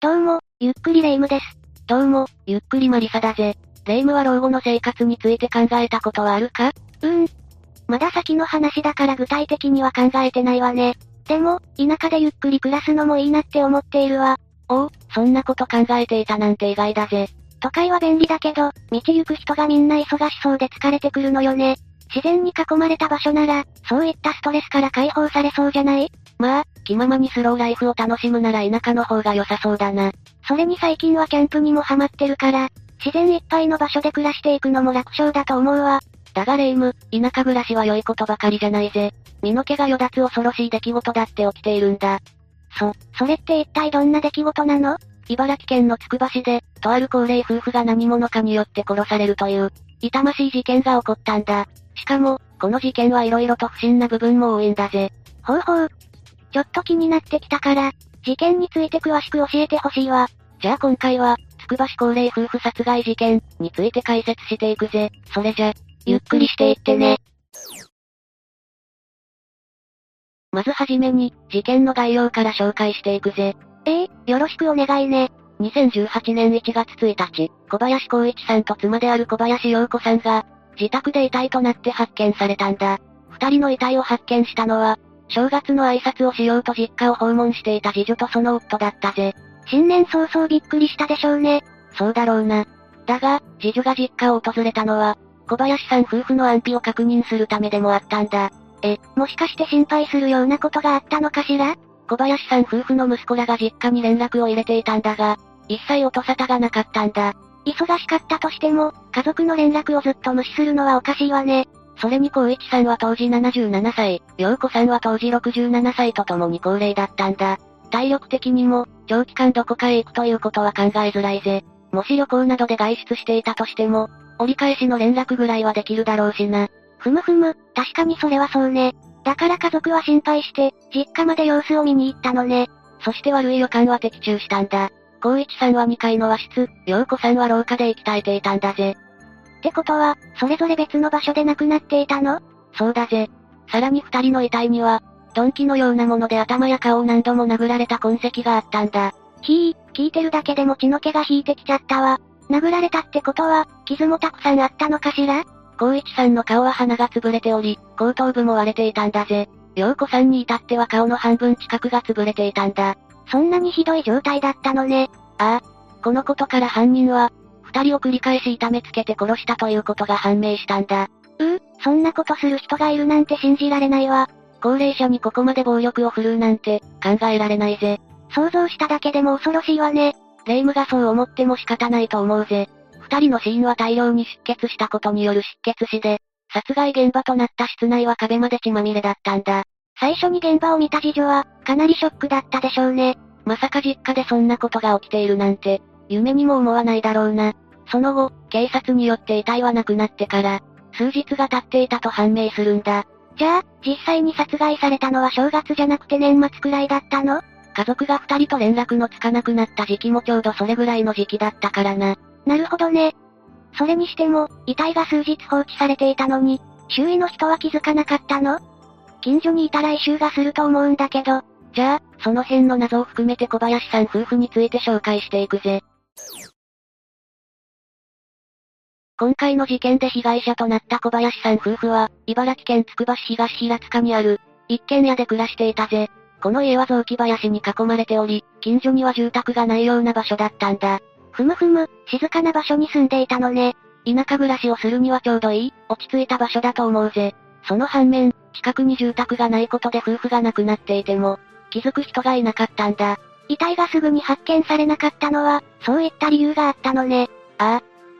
どうも、ゆっくりレ夢ムです。どうも、ゆっくりマリサだぜ。レイムは老後の生活について考えたことはあるかうーん。まだ先の話だから具体的には考えてないわね。でも、田舎でゆっくり暮らすのもいいなって思っているわ。おお、そんなこと考えていたなんて意外だぜ。都会は便利だけど、道行く人がみんな忙しそうで疲れてくるのよね。自然に囲まれた場所なら、そういったストレスから解放されそうじゃないまあ、気ままにスローライフを楽しむなら田舎の方が良さそうだな。それに最近はキャンプにもハマってるから、自然いっぱいの場所で暮らしていくのも楽勝だと思うわ。だがレイム、田舎暮らしは良いことばかりじゃないぜ。身の毛がよだつ恐ろしい出来事だって起きているんだ。そ、それって一体どんな出来事なの茨城県のつくば市で、とある高齢夫婦が何者かによって殺されるという、痛ましい事件が起こったんだ。しかも、この事件は色々と不審な部分も多いんだぜ。ほうほう。ちょっと気になってきたから、事件について詳しく教えてほしいわ。じゃあ今回は、つくば市高齢夫婦殺害事件について解説していくぜ。それじゃ、ゆっくりしていってね。まずはじめに、事件の概要から紹介していくぜ。ええよろしくお願いね。 2018年1月1日、小林光一さんと妻である小林陽子さんが、自宅で遺体となって発見されたんだ。二人の遺体を発見したのは、正月の挨拶をしようと実家を訪問していた次女とその夫だったぜ。新年早々びっくりしたでしょうね。そうだろうな。だが、次女が実家を訪れたのは、小林さん夫婦の安否を確認するためでもあったんだ。もしかして心配するようなことがあったのかしら小林さん夫婦の息子らが実家に連絡を入れていたんだが、一切音沙汰がなかったんだ。忙しかったとしても、家族の連絡をずっと無視するのはおかしいわね。それに光一さんは当時77歳、陽子さんは当時67歳と共に高齢だったんだ。体力的にも、長期間どこかへ行くということは考えづらいぜ。もし旅行などで外出していたとしても、折り返しの連絡ぐらいはできるだろうしな。ふむふむ、確かにそれはそうね。だから家族は心配して、実家まで様子を見に行ったのね。そして悪い予感は的中したんだ。光一さんは2階の和室、陽子さんは廊下で息絶えていたんだぜ。ってことは、それぞれ別の場所で亡くなっていたのそうだぜ。さらに二人の遺体には、鈍器のようなもので頭や顔を何度も殴られた痕跡があったんだ。ひー、聞いてるだけでも血の毛が引いてきちゃったわ。殴られたってことは、傷もたくさんあったのかしら光一さんの顔は鼻が潰れており、後頭部も割れていたんだぜ。陽子さんに至っては顔の半分近くが潰れていたんだ。そんなにひどい状態だったのね。このことから犯人は、二人を繰り返し痛めつけて殺したということが判明したんだ。うう、そんなことする人がいるなんて信じられないわ。高齢者にここまで暴力を振るうなんて、考えられないぜ。想像しただけでも恐ろしいわね。霊夢がそう思っても仕方ないと思うぜ。二人の死因は大量に出血したことによる失血死で、殺害現場となった室内は壁まで血まみれだったんだ。最初に現場を見た次女は、かなりショックだったでしょうね。まさか実家でそんなことが起きているなんて、夢にも思わないだろうな。その後、警察によって遺体はなくなってから、数日が経っていたと判明するんだ。じゃあ、実際に殺害されたのは正月じゃなくて年末くらいだったの家族が二人と連絡のつかなくなった時期もちょうどそれぐらいの時期だったからな。なるほどね。それにしても、遺体が数日放置されていたのに、周囲の人は気づかなかったの近所にいた来襲がすると思うんだけど、じゃあ、その辺の謎を含めて小林さん夫婦について紹介していくぜ。今回の事件で被害者となった小林さん夫婦は、茨城県つくば市東平塚にある、一軒家で暮らしていたぜ。この家は雑木林に囲まれており、近所には住宅がないような場所だったんだ。ふむふむ、静かな場所に住んでいたのね。田舎暮らしをするにはちょうどいい、落ち着いた場所だと思うぜ。その反面、近くに住宅がないことで夫婦が亡くなっていても、気づく人がいなかったんだ。遺体がすぐに発見されなかったのは、そういった理由があったのね。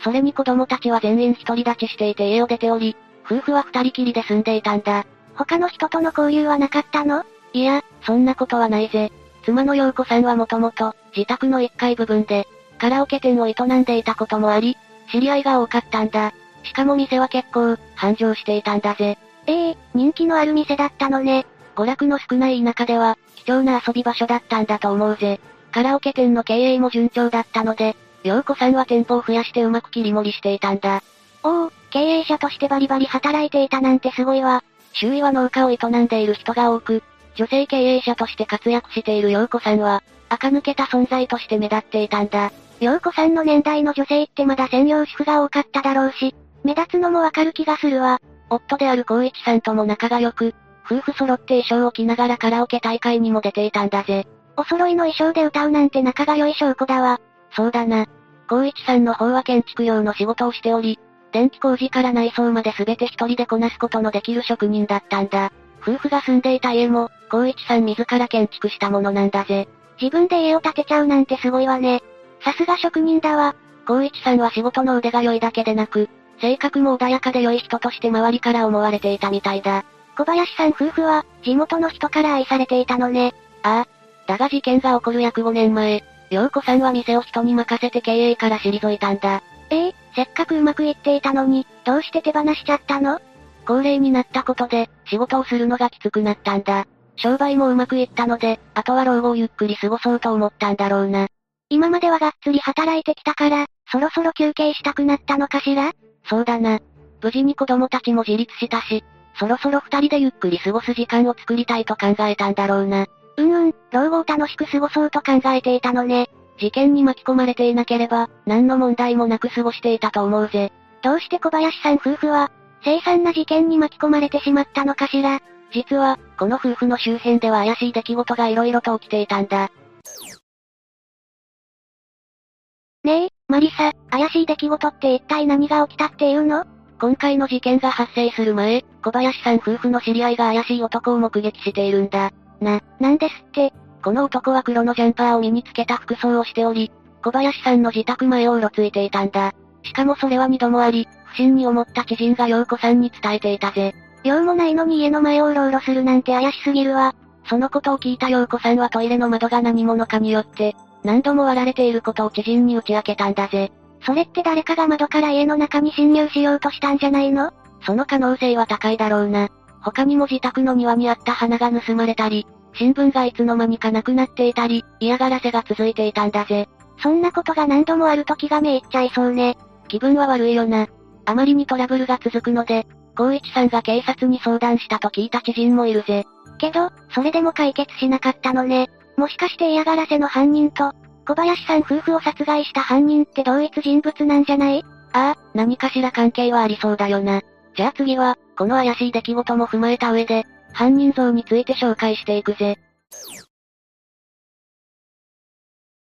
それに子供たちは全員独り立ちしていて家を出ており、夫婦は二人きりで住んでいたんだ。他の人との交流はなかったのいや、そんなことはないぜ。妻の陽子さんはもともと、自宅の一階部分で、カラオケ店を営んでいたこともあり、知り合いが多かったんだ。しかも店は結構、繁盛していたんだぜ。ええ人気のある店だったのね。娯楽の少ない田舎では、貴重な遊び場所だったんだと思うぜ。カラオケ店の経営も順調だったので、陽子さんは店舗を増やしてうまく切り盛りしていたんだ。おお、経営者としてバリバリ働いていたなんてすごいわ。周囲は農家を営んでいる人が多く、女性経営者として活躍している陽子さんは、垢抜けた存在として目立っていたんだ。陽子さんの年代の女性ってまだ専用主婦が多かっただろうし、目立つのもわかる気がするわ。夫である光一さんとも仲が良く、夫婦揃って衣装を着ながらカラオケ大会にも出ていたんだぜ。お揃いの衣装で歌うなんて仲が良い証拠だわ。そうだな。光一さんの方は建築業の仕事をしており、電気工事から内装まで全て一人でこなすことのできる職人だったんだ。夫婦が住んでいた家も、光一さん自ら建築したものなんだぜ。自分で家を建てちゃうなんてすごいわね。さすが職人だわ。光一さんは仕事の腕が良いだけでなく、性格も穏やかで良い人として周りから思われていたみたいだ。小林さん夫婦は、地元の人から愛されていたのね。ああ。だが事件が起こる約5年前、陽子さんは店を人に任せて経営から退いたんだ。ええせっかくうまくいっていたのに、どうして手放しちゃったの高齢になったことで、仕事をするのがきつくなったんだ。商売もうまくいったので、あとは老後をゆっくり過ごそうと思ったんだろうな。今まではがっつり働いてきたから、そろそろ休憩したくなったのかしらそうだな。無事に子供たちも自立したし、そろそろ二人でゆっくり過ごす時間を作りたいと考えたんだろうな。うんうん、老後を楽しく過ごそうと考えていたのね。事件に巻き込まれていなければ、何の問題もなく過ごしていたと思うぜ。どうして小林さん夫婦は、凄惨な事件に巻き込まれてしまったのかしら実は、この夫婦の周辺では怪しい出来事が色々と起きていたんだ。ねえ、マリサ、怪しい出来事って一体何が起きたっていうの今回の事件が発生する前、小林さん夫婦の知り合いが怪しい男を目撃しているんだ。な、なんですって。この男は黒のジャンパーを身につけた服装をしており、小林さんの自宅前をうろついていたんだ。しかもそれは二度もあり、不審に思った知人が陽子さんに伝えていたぜ。用もないのに家の前をうろうろするなんて怪しすぎるわ。そのことを聞いた陽子さんはトイレの窓が何者かによって、何度も割られていることを知人に打ち明けたんだぜ。それって誰かが窓から家の中に侵入しようとしたんじゃないのその可能性は高いだろうな。他にも自宅の庭にあった花が盗まれたり、新聞がいつの間にかなくなっていたり、嫌がらせが続いていたんだぜ。そんなことが何度もあると気がめいっちゃいそうね。気分は悪いよな。あまりにトラブルが続くので、光一さんが警察に相談したと聞いた知人もいるぜ。けど、それでも解決しなかったのね。もしかして嫌がらせの犯人と、小林さん夫婦を殺害した犯人って同一人物なんじゃないああ、何かしら関係はありそうだよな。じゃあ次は、この怪しい出来事も踏まえた上で、犯人像について紹介していくぜ。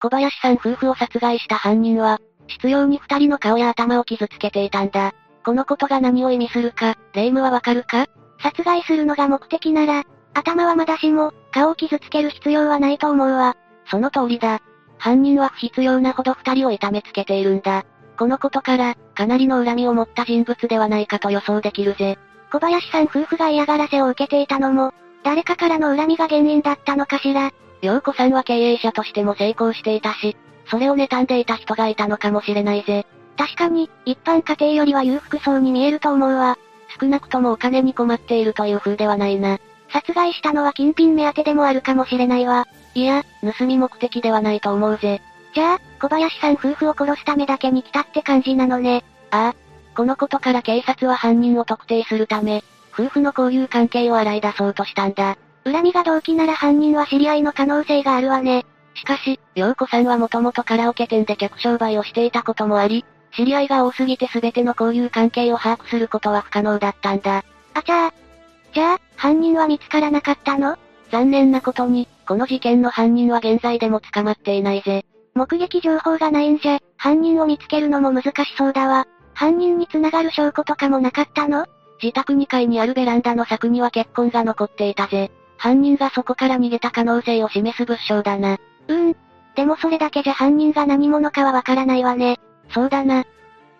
小林さん夫婦を殺害した犯人は、執拗に二人の顔や頭を傷つけていたんだ。このことが何を意味するか、霊夢はわかるか殺害するのが目的なら、頭はまだしも、顔を傷つける必要はないと思うわ。その通りだ。犯人は不必要なほど二人を痛めつけているんだ。このことから、かなりの恨みを持った人物ではないかと予想できるぜ。小林さん夫婦が嫌がらせを受けていたのも、誰かからの恨みが原因だったのかしら。陽子さんは経営者としても成功していたし、それを妬んでいた人がいたのかもしれないぜ。確かに、一般家庭よりは裕福そうに見えると思うわ。少なくともお金に困っているという風ではないな。殺害したのは金品目当てでもあるかもしれないわ。いや、盗み目的ではないと思うぜ。じゃあ、小林さん夫婦を殺すためだけに来たって感じなのね。ああ。このことから警察は犯人を特定するため、夫婦の交友関係を洗い出そうとしたんだ。恨みが動機なら犯人は知り合いの可能性があるわね。しかし、陽子さんはもともとカラオケ店で客商売をしていたこともあり、知り合いが多すぎて全ての交友関係を把握することは不可能だったんだ。あちゃー。じゃあ、犯人は見つからなかったの残念なことに、この事件の犯人は現在でも捕まっていないぜ。目撃情報がないんじゃ、犯人を見つけるのも難しそうだわ。犯人に繋がる証拠とかもなかったの自宅2階にあるベランダの柵には血痕が残っていたぜ。犯人がそこから逃げた可能性を示す物証だな。うん。でもそれだけじゃ犯人が何者かはわからないわね。そうだな。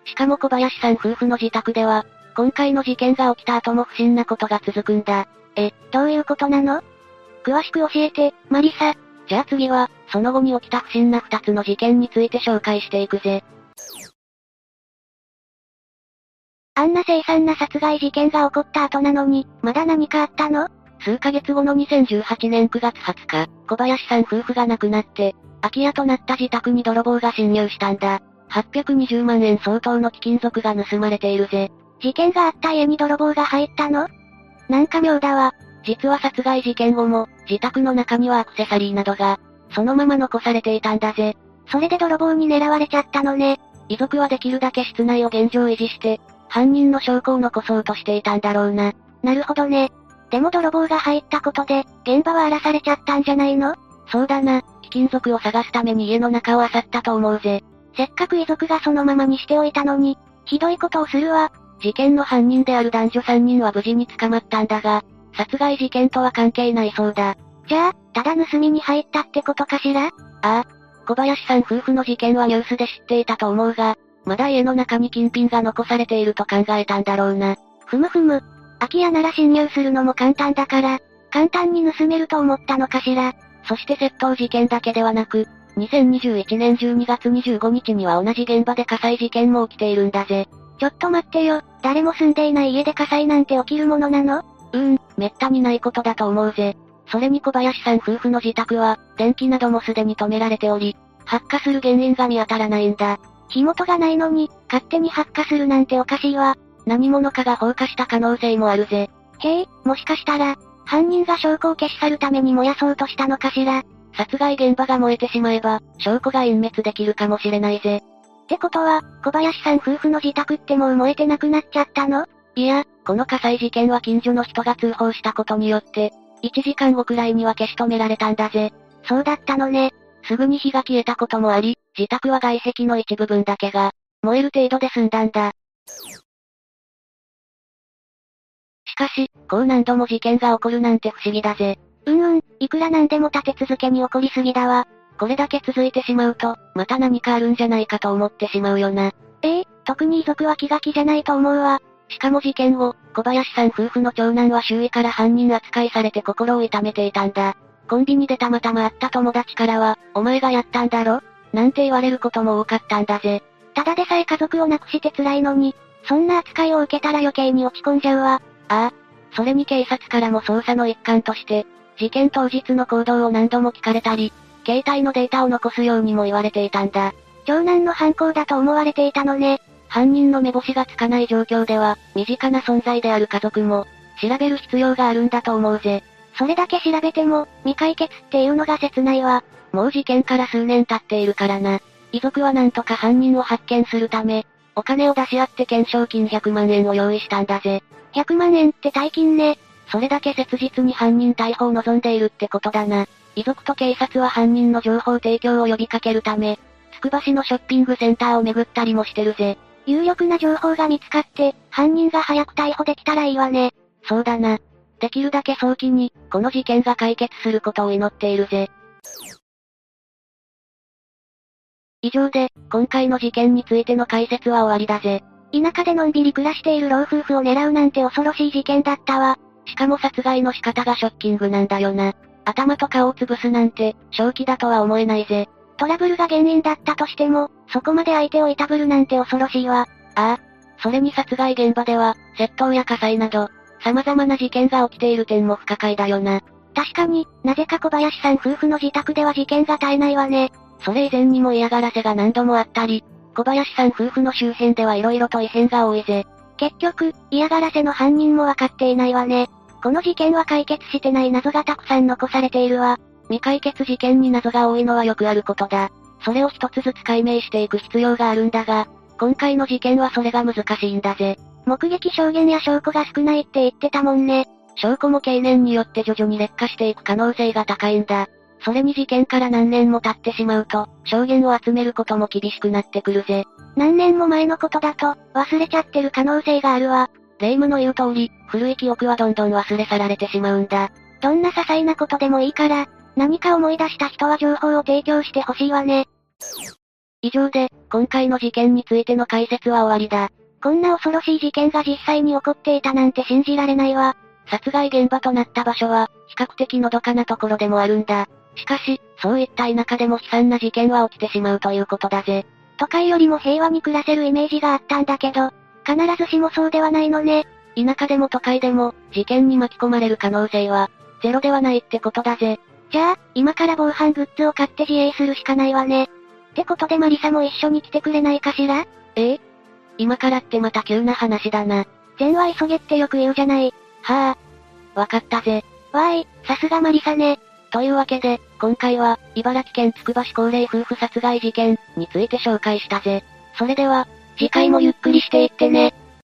しかも小林さん夫婦の自宅では、今回の事件が起きた後も不審なことが続くんだ。え、どういうことなの詳しく教えて、マリサ。じゃあ次は、その後に起きた不審な二つの事件について紹介していくぜ。あんな凄惨な殺害事件が起こった後なのに、まだ何かあったの数ヶ月後の2018年9月20日、小林さん夫婦が亡くなって、空き家となった自宅に泥棒が侵入したんだ。820万円相当の貴金属が盗まれているぜ。事件があった家に泥棒が入ったのなんか妙だわ。実は殺害事件後も、自宅の中にはアクセサリーなどが、そのまま残されていたんだぜ。それで泥棒に狙われちゃったのね。遺族はできるだけ室内を現状維持して、犯人の証拠を残そうとしていたんだろうな。なるほどね。でも泥棒が入ったことで、現場は荒らされちゃったんじゃないのそうだな。貴金属を探すために家の中を漁ったと思うぜ。せっかく遺族がそのままにしておいたのに、ひどいことをするわ。事件の犯人である男女3人は無事に捕まったんだが、殺害事件とは関係ないそうだ。じゃあ、ただ盗みに入ったってことかしらああ。小林さん夫婦の事件はニュースで知っていたと思うが、まだ家の中に金品が残されていると考えたんだろうな。ふむふむ。空き家なら侵入するのも簡単だから、簡単に盗めると思ったのかしら。そして窃盗事件だけではなく、2021年12月25日には同じ現場で火災事件も起きているんだぜ。ちょっと待ってよ、誰も住んでいない家で火災なんて起きるものなのうーん、めったにないことだと思うぜ。それに小林さん夫婦の自宅は、電気などもすでに止められており、発火する原因が見当たらないんだ。火元がないのに、勝手に発火するなんておかしいわ。何者かが放火した可能性もあるぜ。へえ、もしかしたら、犯人が証拠を消し去るために燃やそうとしたのかしら。殺害現場が燃えてしまえば、証拠が隠滅できるかもしれないぜ。ってことは、小林さん夫婦の自宅ってもう燃えてなくなっちゃったのいや、この火災事件は近所の人が通報したことによって、1時間後くらいには消し止められたんだぜ。そうだったのね。すぐに火が消えたこともあり、自宅は外壁の一部分だけが、燃える程度で済んだんだ。しかし、こう何度も事件が起こるなんて不思議だぜ。うんうん、いくらなんでも立て続けに起こりすぎだわ。これだけ続いてしまうと、また何かあるんじゃないかと思ってしまうよな。ええー、特に遺族は気が気じゃないと思うわ。しかも事件後、小林さん夫婦の長男は周囲から犯人扱いされて心を痛めていたんだ。コンビニでたまたま会った友達からは、お前がやったんだろなんて言われることも多かったんだぜ。ただでさえ家族を亡くして辛いのに、そんな扱いを受けたら余計に落ち込んじゃうわ。ああ。それに警察からも捜査の一環として、事件当日の行動を何度も聞かれたり、携帯のデータを残すようにも言われていたんだ。長男の犯行だと思われていたのね。犯人の目星がつかない状況では、身近な存在である家族も、調べる必要があるんだと思うぜ。それだけ調べても、未解決っていうのが切ないわ。もう事件から数年経っているからな。遺族はなんとか犯人を発見するため、お金を出し合って懸賞金100万円を用意したんだぜ。 100万円って大金ね。それだけ切実に犯人逮捕を望んでいるってことだな。遺族と警察は犯人の情報提供を呼びかけるため、つくば市のショッピングセンターを巡ったりもしてるぜ。有力な情報が見つかって、犯人が早く逮捕できたらいいわね。そうだな。できるだけ早期に、この事件が解決することを祈っているぜ。以上で、今回の事件についての解説は終わりだぜ。田舎でのんびり暮らしている老夫婦を狙うなんて恐ろしい事件だったわ。しかも殺害の仕方がショッキングなんだよな。頭と顔を潰すなんて、正気だとは思えないぜ。トラブルが原因だったとしても、そこまで相手をいたぶるなんて恐ろしいわ。ああ。それに殺害現場では、窃盗や火災など、様々な事件が起きている点も不可解だよな。確かに、なぜか小林さん夫婦の自宅では事件が絶えないわね。それ以前にも嫌がらせが何度もあったり、小林さん夫婦の周辺では色々と異変が多いぜ。結局、嫌がらせの犯人もわかっていないわね。この事件は解決してない謎がたくさん残されているわ。未解決事件に謎が多いのはよくあることだ。それを一つずつ解明していく必要があるんだが、今回の事件はそれが難しいんだぜ。目撃証言や証拠が少ないって言ってたもんね。証拠も経年によって徐々に劣化していく可能性が高いんだ。それに事件から何年も経ってしまうと、証言を集めることも厳しくなってくるぜ。何年も前のことだと、忘れちゃってる可能性があるわ。霊夢の言う通り、古い記憶はどんどん忘れ去られてしまうんだ。どんな些細なことでもいいから、何か思い出した人は情報を提供してほしいわね。以上で、今回の事件についての解説は終わりだ。こんな恐ろしい事件が実際に起こっていたなんて信じられないわ。殺害現場となった場所は、比較的のどかなところでもあるんだ。しかし、そういった田舎でも悲惨な事件は起きてしまうということだぜ。都会よりも平和に暮らせるイメージがあったんだけど、必ずしもそうではないのね。田舎でも都会でも、事件に巻き込まれる可能性は、ゼロではないってことだぜ。じゃあ、今から防犯グッズを買って自衛するしかないわね。ってことでマリサも一緒に来てくれないかしらええ今からってまた急な話だな。善は急げってよく言うじゃない。はあ。わかったぜ。わーい、さすがマリサね。というわけで、今回は、茨城県つくば市高齢夫婦殺害事件について紹介したぜ。それでは、次回もゆっくりしていってね。